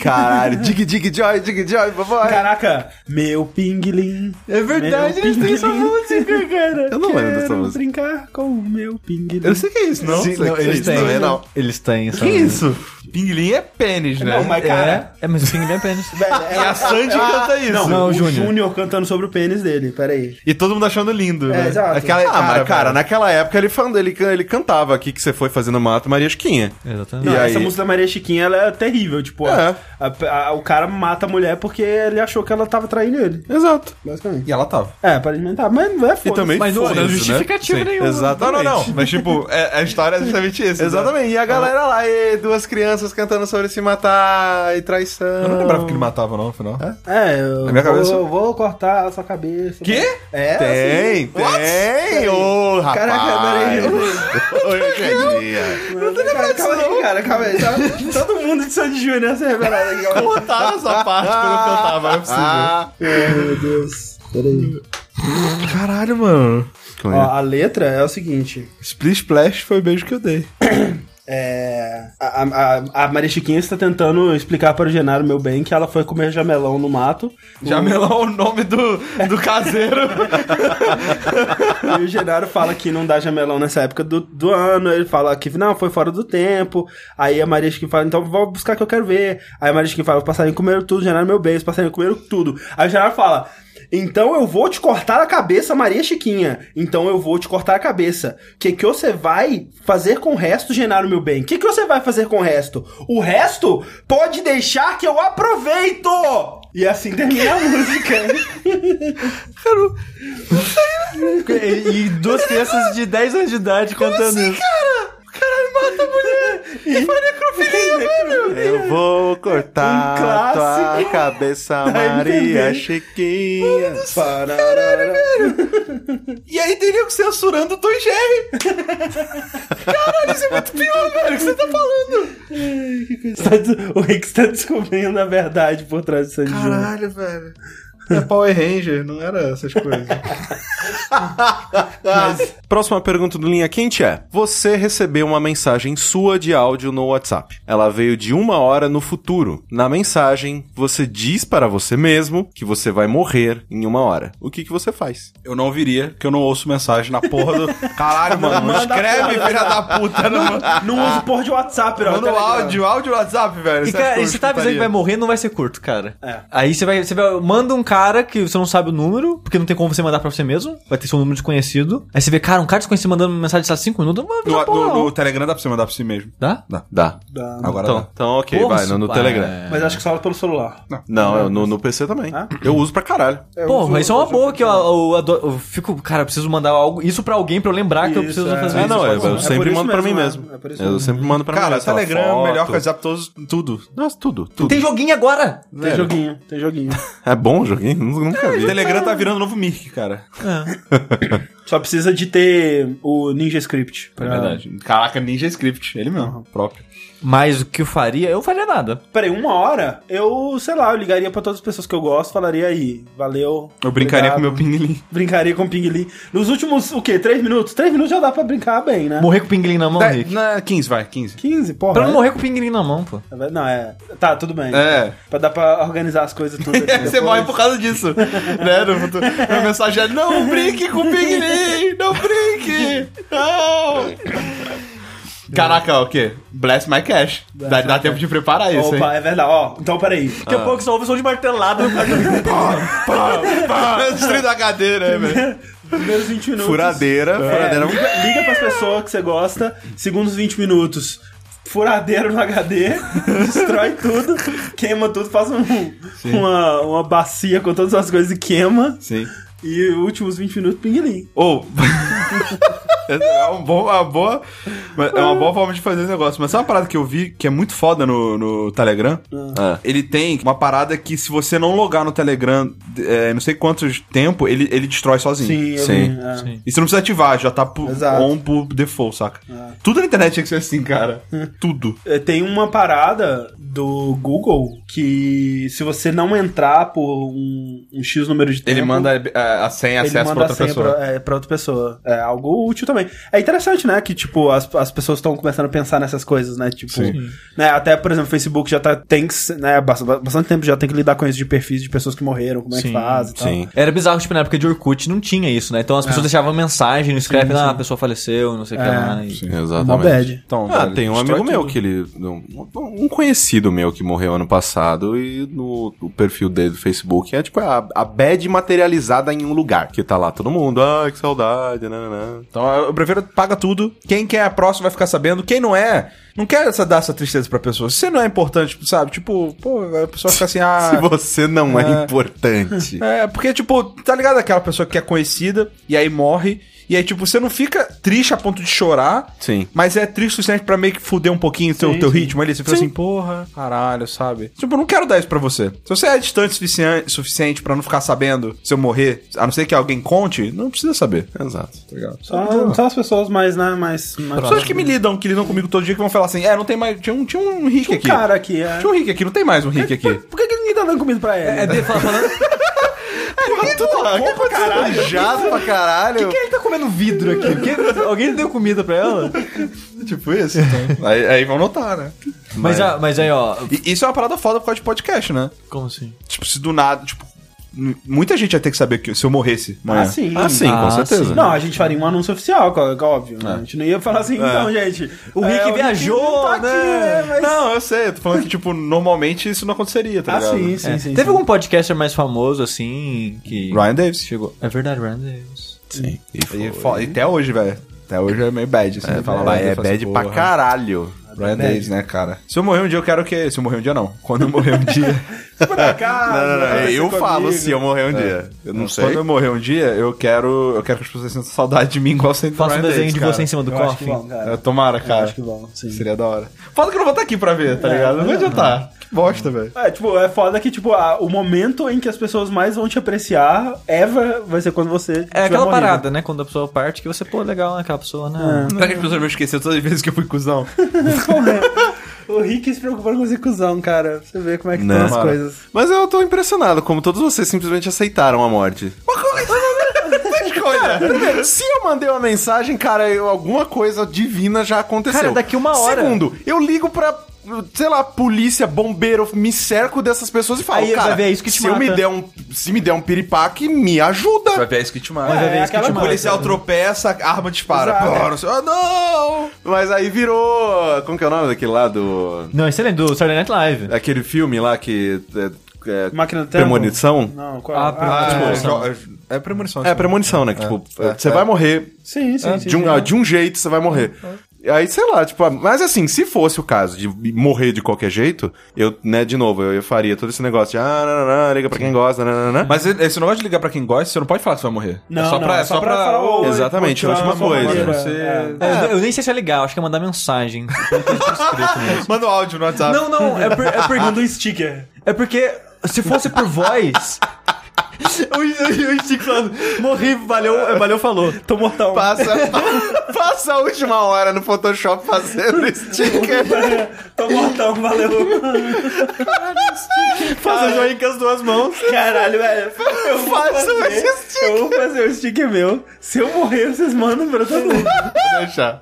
Caralho, dig, dig, joy, dig, joy, vovó.
Caraca, meu pinguim.
É
verdade, eles têm essa música, cara.
Eu não lembro dessa
Quero
música.
brincar com o meu pinguim.
Eu não sei o que é isso, não.
Sim, não,
Isso
eles
não
têm.
é, não.
Eles têm essa
Que é isso? Pinguim é pênis, né?
Não, mas cara...
É, é, mas o Ping é pênis.
Velho,
A Sandy canta isso.
Não,
Não,
o
o
Júnior.
Júnior.
cantando sobre o pênis dele, peraí.
E todo mundo achando lindo, né?
É, exato.
Aquela,
Ah, mas cara,
velho.
naquela época ele, fan- ele, can- ele cantava aqui que você foi fazendo mato Maria Chiquinha.
Exatamente.
Não,
E
essa
aí?
música da Maria Chiquinha, ela é terrível, tipo,
É.
a- a- o cara mata a mulher porque ele achou que ela tava traindo ele,
Exato.
basicamente.
E ela tava.
É, para alimentar, mas não é foda.
E também
Mas não-
foda-se,
não é justificativo
Sim,
nenhum.
Não,
Exatamente.
não, não. Mas, tipo, é- a história é justamente isso. né?
Exatamente. E a galera lá, e duas crianças cantando sobre se matar e traição.
Eu não lembrava que ele matava, não, no final.
É, eu,
Na minha
vou,
cabeça-
eu vou cortar a sua cabeça.
Quê?
É,
Tem,
assim.
tem. Ô, rapaz.
Caraca, peraí.
Hoje é dia.
Não, cara, calma aí, cara, calma aí. Tá- Todo mundo de Sandy Júnior nessa revelada aqui. calma aí.
Cortaram essa parte quando eu cantava, não é possível.
Ah.
Ai, meu Deus. Peraí.
Caralho, mano.
Ó, a letra é o seguinte.
Split Splash foi o beijo que eu dei.
É, a, a, a Maria Chiquinha está tentando explicar para o Genaro, meu bem, que ela foi comer jamelão no mato.
Jamelão é o nome do, do caseiro.
E o Genaro fala que não dá jamelão nessa época do, do ano. Ele fala que não, foi fora do tempo. Aí a Maria Chiquinha fala, então vou buscar que eu quero ver. Aí a Maria Chiquinha fala, os passarinhos comeram tudo, Genaro, meu bem, os passarinhos comeram tudo. Aí o Genaro fala, então eu vou te cortar a cabeça, Maria Chiquinha. Então eu vou te cortar a cabeça. O que, que você vai fazer com o resto, Genaro, meu bem? O que, que você vai fazer com o resto? O resto pode deixar que eu aproveito! E assim termina a música.
E, e duas crianças de 10 anos de idade contando
assim,
isso.
Eu vou cortar
Um clássico.
tua cabeça,
Vai
Maria
entender.
Chiquinha.
Pararara.
e aí tem nego censurando o Tom e Jerry. Caralho, isso é muito pior, velho. O que você tá falando?
Tá des- o Rick está descobrindo a verdade por trás do Sandy Júnior.
velho. É Power Ranger, não era essas coisas.
Próxima pergunta do Linha Quente é: Você recebeu uma mensagem sua de áudio no WhatsApp. Ela veio de uma hora no futuro. Na mensagem, você diz para você mesmo que você vai morrer em uma hora. O que, que você faz?
Eu não ouviria, porque eu não ouço mensagem na porra do. Caralho, mano.
Manda
Tá escreve, filha da puta. Não,
Não uso porra de WhatsApp, não.
manda o
Telegram.
áudio, áudio no WhatsApp, velho.
E,
Isso é
cara, e
coisa
você tá avisando que
putaria.
vai morrer, não vai ser curto, cara.
É.
Aí você vai, você vai- manda um cara que você não sabe o número, porque não tem como você mandar pra você mesmo, vai ter seu número desconhecido. Aí você vê, cara, um cara desconhecido mandando mensagem há 5 minutos, mano,
No,
já porra,
no-
não.
no Telegram dá pra você mandar pra si mesmo.
Dá?
Dá.
Dá.
Da-
Agora
Então,
dá.
então ok,
Porra,
vai, no, no
vai.
Telegram.
Mas acho que só fala pelo celular.
Não, eu- no, no PC também.
É. Ah?
Eu uso pra caralho.
Pô, isso é uma boa que eu, eu adoro- eu fico, cara, eu preciso mandar algo, isso pra alguém pra eu lembrar que eu
Isso,
preciso
é.
fazer
Ah,
isso.
não, eu,
Pode
eu
ser.
É por
sempre
isso
mando pra mim
mesmo,
mesmo.
né? É por isso
eu
mesmo.
sempre mando pra mim
Cara,
mesmo. aquela
Telegram é o melhor que o
foto.
WhatsApp todos, tudo.
Nossa, tudo, tudo.
Tem joguinho agora!
Tem joguinho, tem joguinho.
É bom o joguinho?
É,
Nunca vi.
Telegram tá virando novo Mirk, cara.
Só precisa de ter o Ninja Script.
É
pra-
É Caraca, Ninja Script, ele mesmo, próprio.
Mas o que eu faria? Eu não faria nada.
Peraí, uma hora, eu, sei lá, eu ligaria pra todas as pessoas que eu gosto, falaria aí, valeu.
Eu brincaria com
obrigado.
meu pinguim.
Brincaria com o Ping Lee. Nos últimos, o quê? Três minutos? Três minutos já dá pra brincar bem, né?
Morrer com o pinguim na mão, Rick.
Na 15, vai, 15.
15, porra.
Pra não
é-
morrer com o pinguim na mão, pô.
Não, é. Tá, tudo bem.
É.
Pra dar pra organizar as coisas tudo. aqui
Você
depois.
morre por causa disso, né? No futuro. Na mensagem é, não brinque com o pinguim, não brinque, não. Caraca, o quê? Bless my cash. Dá, dá tempo de preparar isso, hein?
Opa, é verdade. Ó, então peraí.
Ah.
Daqui a pouco só ouve som de martelada.
Destruindo da cadeira, né, velho?
Primeiros 20 minutos.
Furadeira,
É,
furadeira.
liga, liga pras pessoas que você gosta. Segundos 20 minutos. Furadeira no HD, destrói tudo, queima tudo, faz um- uma, uma bacia com todas as coisas e queima.
Sim.
E últimos 20 minutos, pinguim.
Ou. é um bom, uma boa. É uma boa forma de fazer o negócio. Mas sabe uma parada que eu vi que é muito foda no, no Telegram?
Ah.
Ele tem uma parada que se você não logar no Telegram, é, não sei quantos tempo, ele, ele destrói sozinho.
eu
sim,
vi, é.
E você não precisa ativar, já tá por,
Exato.
on por default, saca? Tudo na internet tinha que ser assim, cara. Tudo.
É, Tem uma parada do Google que se você não entrar por um, um X número de tempo...
a, senha
ele manda a senha Pra, é, pra outra pessoa. É algo útil também. É interessante, né? Que, tipo, as, as pessoas estão começando a pensar nessas coisas, né? Tipo, né? Até, por exemplo, o Facebook já tá, tem que, ser- né? bast- Bastante tempo já tem que lidar com isso de perfis de pessoas que morreram, como é que
Sim,
faz e tal.
Sim.
Era bizarro, tipo, na época de Orkut não tinha isso, né? Então as pessoas deixavam mensagem no Skype, ah, a pessoa faleceu, não sei o que
É,
lá. e-
Mó
Exatamente.
bad.
Então,
Ah,
velho,
tem um
destrói
amigo meu
tudo.
que ele. Um, um conhecido meu que morreu ano passado e no, o perfil dele do Facebook é tipo a, a bad materializada em um lugar. Que tá lá todo mundo, ah, que saudade, nananã.
Então eu prefiro paga tudo. Quem quer a próxima vai ficar sabendo. Quem não é, não quer essa, dar essa tristeza pra pessoa. Se você não é importante, sabe? Tipo, pô, a pessoa fica assim,
Se
ah.
você não é,
É.
importante.
É, porque, tipo, tá ligado aquela pessoa que é conhecida e aí morre. E aí, tipo, você não fica triste a ponto de chorar.
Sim.
Mas é triste o suficiente pra meio que fuder um pouquinho o teu,
Sim,
teu
sim.
ritmo ali. Você fica assim, porra, caralho, sabe? Tipo, eu não quero dar isso pra você. Se você é distante o suficiente, suficiente pra não ficar sabendo se eu morrer, a não ser que alguém conte, não precisa saber.
Exato.
Tá ligado?
Só, só as pessoas mais, né? Mais. mais
Pessoas que me lidam, que lidam comigo todo dia, que vão falar assim: é, não tem mais. Tinha um, tinha um Rick
Tinha um
aqui.
cara aqui, é.
Tinha um Rick aqui, não tem mais um Rick aqui.
Por, por que, que ninguém tá dando comida pra ele?
É, de- fala- falando,
Porra, tudo bom pra caralho.
Jato pra caralho.
Quem tá comendo vidro aqui? Porque alguém deu comida pra ela?
Tipo isso. então. aí, aí vão notar, né?
Mas, ah, mas aí, ó.
E isso é uma parada foda por causa de podcast, né?
Como assim?
Tipo, se do nada. Tipo, m- muita gente ia ter que saber que se eu morresse. amanhã.
Ah, sim.
Ah, sim, com
Ah,
certeza.
sim.
Não, a gente faria um anúncio oficial, co- óbvio. né? A gente não ia falar assim, então, gente.
O Rick
é,
viajou,
não tá aqui,
né?
mas-
Não, eu sei. Eu tô falando que, tipo, normalmente isso não aconteceria, tá
Ah,
ligado?
sim, sim,
É.
sim.
Teve
sim.
algum podcaster mais famoso, assim, que.
Ryan Davis. tipo,
Chegou. É verdade, Ryan Davis.
Sim. E foi.
E, fo- e até hoje, velho. Até hoje é meio bad, assim.
É,
de falar
fala,
live,
é
eu falo assim,
bad pra
porra.
caralho.
Brian Davis, né, cara? Se eu morrer um dia, eu quero que. Se eu morrer um dia, não. Quando eu morrer um dia.
Pra
Ah,
cá,
É, eu
aconteceu
falo
assim,
comigo.
se eu morrer um dia. Eu não sei.
É. Quando eu morrer um dia, eu quero. Eu quero que as pessoas sintam saudade de mim igual sempre.
Faça um desenho de você em cima do
Eu acho que vão,
cofre.
cara.
É, tomara,
Eu
cara.
acho que vão, sim.
Seria da hora. Foda que eu não vou estar aqui pra ver,
É,
tá ligado? Não vai adiantar. Que bosta, velho.
É, tipo, é foda que, tipo, a- o momento em que as pessoas mais vão te apreciar, ever, vai ser quando você.
É
tiver
aquela
morrido.
parada, né? Quando a pessoa parte, que você, pô, legal, né? Aquela pessoa, né?
Será que as pessoas vão esquecer todas as vezes que eu fui cuzão?
O Rick se preocupando com esse cuzão, cara. Você vê como é que
Né?
estão as
Mara.
coisas.
Mas eu tô impressionado como todos vocês simplesmente aceitaram a morte.
Escolha!
Primeiro, se eu mandei uma mensagem, cara, eu- alguma coisa divina já aconteceu.
Cara, daqui uma hora.
Segundo, eu ligo pra, sei lá, polícia, bombeiro, me cerco dessas pessoas e falo,
Aí vai
cara,
ver, é isso que te
se eu
mata.
me der um, se me der um piripaque, me ajuda.
ver isso que te
Vai ver
é
isso que
aquela
te
O
mata.
policial tropeça, a arma dispara.
Exato.
Pô, não sei- Ah,
Não! Mas aí virou, como que é o nome daquele lá do
Não, esse é do Saturday Night Live.
aquele filme lá que é, é,
Máquina do tempo?
premonição?
Não, qual é?
Ah,
não.
Ah,
Tipo,
premonição.
jo- é premonição.
É premonição, né? Que, tipo,
é,
você
é.
vai morrer,
tipo, Sim,
É.
sim, sim.
de, um, ah, de um jeito você vai morrer. Aí, sei lá, tipo, ah, mas assim, se fosse o caso de morrer de qualquer jeito, eu, né, de novo, eu, eu faria todo esse negócio de, ah, nananã, liga pra quem gosta, nananã.
Mas esse negócio de ligar pra quem gosta, você não pode falar que você vai morrer.
Não, não, é só pra falar, "Oi,
Ou-
Exatamente,
pô,
a última
tchau, sua
coisa.
maneira."
Você-
É.
É, eu- Eu nem sei se é legal, acho que é mandar mensagem.
Manda um áudio no WhatsApp.
não, não, é, por- é, por-
Pergunta um sticker.
é porque se fosse por voz. o- o o Stick falando, morri, valeu, valeu, falou.
Tô mortão.
Passa, passa a última hora no Photoshop fazendo sticker.
Tô mortão, valeu.
Fazer joinha com as duas mãos.
Caralho, velho. Eu vou
Faça
fazer,
esse sticker.
Eu vou fazer o sticker meu. Se eu morrer, vocês mandam pra todo mundo.
Deixa.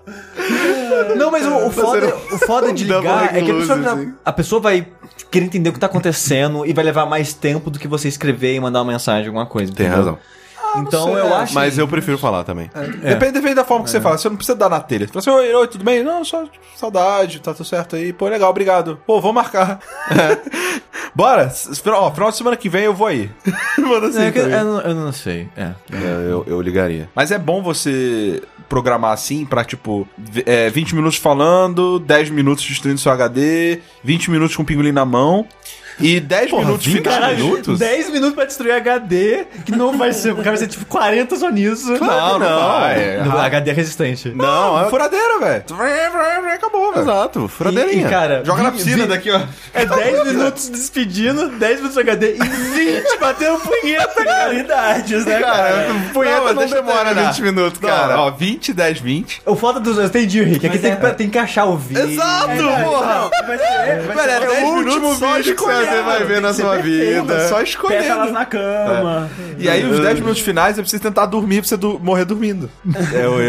Não, mas o, o foda,
um
o foda de
Double
ligar é que a pessoa,
recluso, assim.
a pessoa vai querer entender o que tá acontecendo e vai levar mais tempo do que você escrever e mandar uma mensagem, alguma coisa.
Tem
entendeu?
razão.
Então
sei,
eu
é,
acho.
Mas eu prefiro falar também.
É.
Depende, depende da forma que você fala. Você não precisa dar na telha. Você fala assim, oi, oi, tudo bem? Não, só saudade, tá tudo certo aí. Pô, legal, obrigado. Pô, vou marcar. Bora, s- final- ó, final de semana que vem eu vou aí. Manda assim
É que-
também.
eu não- eu não sei. É.
É, Eu, eu ligaria.
Mas é bom você programar assim pra, tipo, v- é, 20 minutos falando, 10 minutos destruindo seu HD, 20 minutos com o pingolim na mão e 10 minutos
20
finais.
minutos?
10 minutos pra destruir HD, que não vai ser. Porque vai ser tipo 40 só nisso. Ah, é,
Claro que não.
vai.
No HD resistente.
Não, é...
Furadeira, velho. Acabou, velho.
Exato,
E, e,
furadeirinha.
cara,
Joga na
vi-
piscina
vi-
daqui, ó.
É 10 minutos despedindo, 10 minutos HD e 20 batendo punheta, cara.
Realidades, né, cara?
punheta não
deixa eu
demora
terminar.
20 minutos,
né? Não,
cara.
ó, 20, 10, 20.
O foda dos dois, entendi, Rick. Aqui
Mas
tem,
é-
que, tem que achar o vídeo.
Exato, porra!
Vai ser, um vai
Velho, é
ser
10 minutos só escolher,
vai ver na sua vida.
É Só
pétalas
escolhendo.
na cama.
E aí, os 10 minutos finais, eu preciso tentar dormir pra você du- morrer dormindo.
É, eu-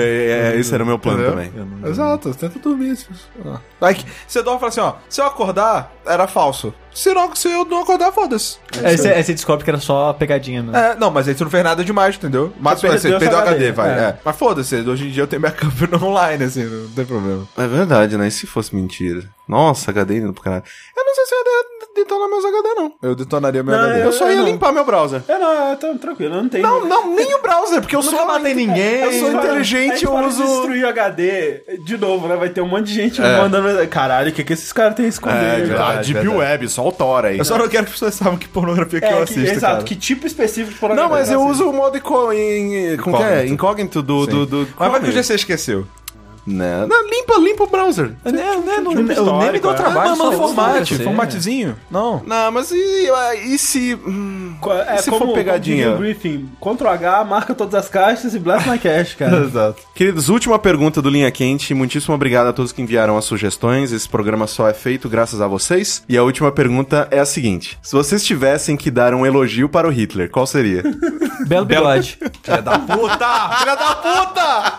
é, é, esse era o meu plano também.
Exato, tenta dormir. se- ah. Aí que- você dorme e fala assim, ó, se eu acordar, era falso. Se, não, se eu não acordar, foda-se.
Aí É, você, aí você descobre que era só pegadinha, né?
É, não, mas aí tu não fez nada demais, entendeu? Mas
Você
você perdeu,
perdeu
o
seu
HD,
HD,
vai.
é.
é. Mas foda-se, hoje em dia eu tenho minha câmera online, assim, não tem problema.
É verdade, né? E se fosse mentira? Nossa, HD indo pro caralho. Eu não sei se eu ia detonar meus HD, não.
Eu detonaria meu
Não,
HD.
eu-
Eu só ia
não.
limpar meu browser.
Eu É, não, eu tô tranquilo, eu não tenho.
Não, não, nem o browser, porque eu sou...
ninguém.
Eu sou
Aí,
inteligente, eu
fora de
uso...
destruir o HD, de novo, né? Vai ter um monte de gente mandando. Caralho, o que, que esses caras têm
É,
a esconder? né?
verdade, verdade.
Web, só o Tora aí.
Eu só não quero que as pessoas saibam que pornografia que
É,
eu
que-
assisto,
exato,
cara.
que tipo específico de pornografia é
Não, mas eu
você
uso o modo inco- em- como que é?
Incógnito.
incógnito do...
Sim.
do, do
Mas vai que o
Chrome.
GC esqueceu.
Não, não, limpa, limpa o browser.
É, né? Não,
Tipo,
filme
eu nem me
histórico,
dou
é.
trabalho. só
Ah,
tipo,
mas
vou
formate,
oferecer.
formatezinho. Não.
Não, mas e, e se... hum,
Co- É,
e se
como,
for pegadinha?
Como diria o Griffin, Ctrl H, marca todas as caixas e blast my cash, cara.
Exato.
Queridos, última pergunta do Linha Quente. Muitíssimo obrigado a todos que enviaram as sugestões. Esse programa só é feito graças a vocês. E a última pergunta é a seguinte: Se vocês tivessem que dar um elogio para o Hitler, qual seria?
Belo bigode.
Filha da puta! Filha da puta!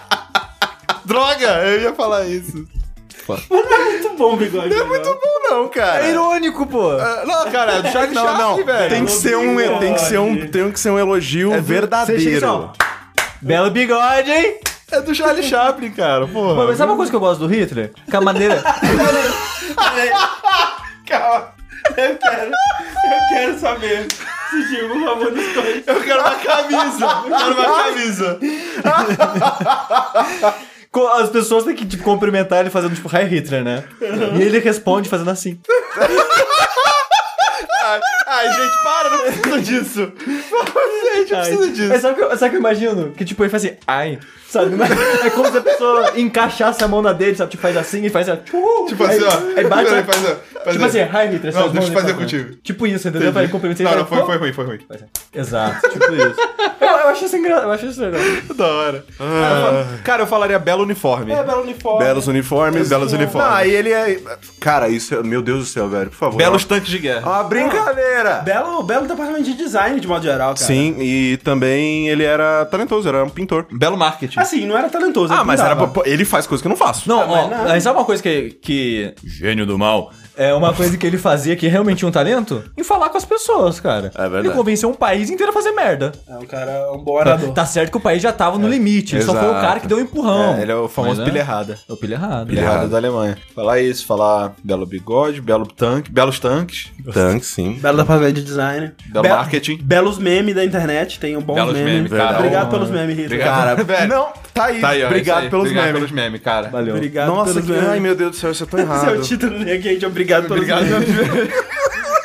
Droga, eu ia falar isso.
muito bom, bigode. É muito bom.
não,
É
É
cara.
irônico, pô.
Não, cara, é do Charlie
Não,
Chaplin,
não.
velho.
Tem que ser um, tem que ser um, tem que ser um elogio
É
assim,
verdadeiro.
Belo bigode, hein?
É do Charlie Chaplin, cara, porra.
Pô, mas sabe uma coisa que eu gosto do Hitler? Que a maneira...
Eu quero, eu quero saber. Se digo, por favor, não escolhe.
Eu quero uma camisa. Eu quero uma camisa.
co- As pessoas têm que tipo, cumprimentar ele fazendo tipo, hi Hitler, né? E ele responde fazendo assim.
Ai, gente, para, não preciso disso. Gente, eu preciso disso.
É, sabe, o que eu, sabe o que eu imagino? Que tipo, ele faz assim, ai, sabe? Mas É como se a pessoa encaixasse a mão na dele, sabe? Tipo, faz assim e faz assim, uh,
Tipo assim,
aí-
ó.
Aí bate,
Peraí, faz, ó, faz
tipo
aí.
assim, hi Hitler.
Não,
sabe?
deixa eu
Mão
fazer
dele,
contigo.
sabe? Tipo isso, entendeu? Pra ele cumprimentar
Não,
ele
não,
fala,
foi,
"Pô".
foi ruim, foi ruim.
Exato, tipo isso. eu, eu acho isso engraçado, eu acho isso legal.
Da hora. Cara, eu falaria belo uniforme.
É, belo uniforme.
Belos uniformes, belos uniformes. Ah, e ele é. Cara, isso é. Meu Deus do céu, velho, por favor.
Belos tanques de guerra.
É uma brincadeira!
Belo, belo departamento de design, de modo geral, cara.
Sim, e também ele era talentoso, era um pintor.
Belo marketing.
Assim, não era talentoso.
Ah,
ele
mas era.
pintava.
pra- Ele faz coisas que eu não faço.
Não, ó,
mas não.
aí sabe uma coisa que, que. Gênio do mal. É uma coisa que ele fazia que realmente tinha um talento? Em falar com as pessoas, cara.
É verdade.
Ele convenceu um país inteiro a fazer merda.
É um cara, um bom orador.
Tá certo que o país já tava no limite. Só foi o
Exato.
cara que deu um empurrão.
É, ele é o famoso
Mas é.
pilha errada.
É o pilha errado.
Pilha errada da Alemanha. Falar isso, falar belo bigode, belo tanque, belos tanques,
Tanque, sim.
Belo departamento de design.
belo
Belo-
marketing.
Belos memes da internet, tem um bom
Belos
meme.
memes, cara.
Obrigado
Bom,
pelos memes, Rita.
Obrigado. Velho.
Não, tá aí.
Tá aí, ó,
obrigado
isso aí.
pelos
obrigado
memes.
pelos memes, cara.
Valeu.
Obrigado
Nossa,
pelos
que...
memes.
Ai, meu Deus do céu, isso é tão
Esse é
errado.
o título do Gente, obrigado pelos
Obrigado
memes.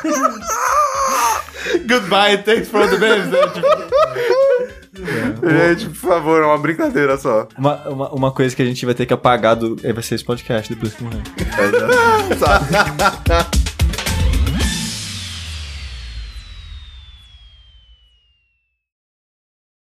pelos memes. Goodbye, thanks for the memes. né? Tipo,
Gente, por favor, é uma brincadeira só.
Uma, uma, uma coisa que a gente vai ter que apagar do. é, Vai ser esse podcast depois que morrer.
sabe?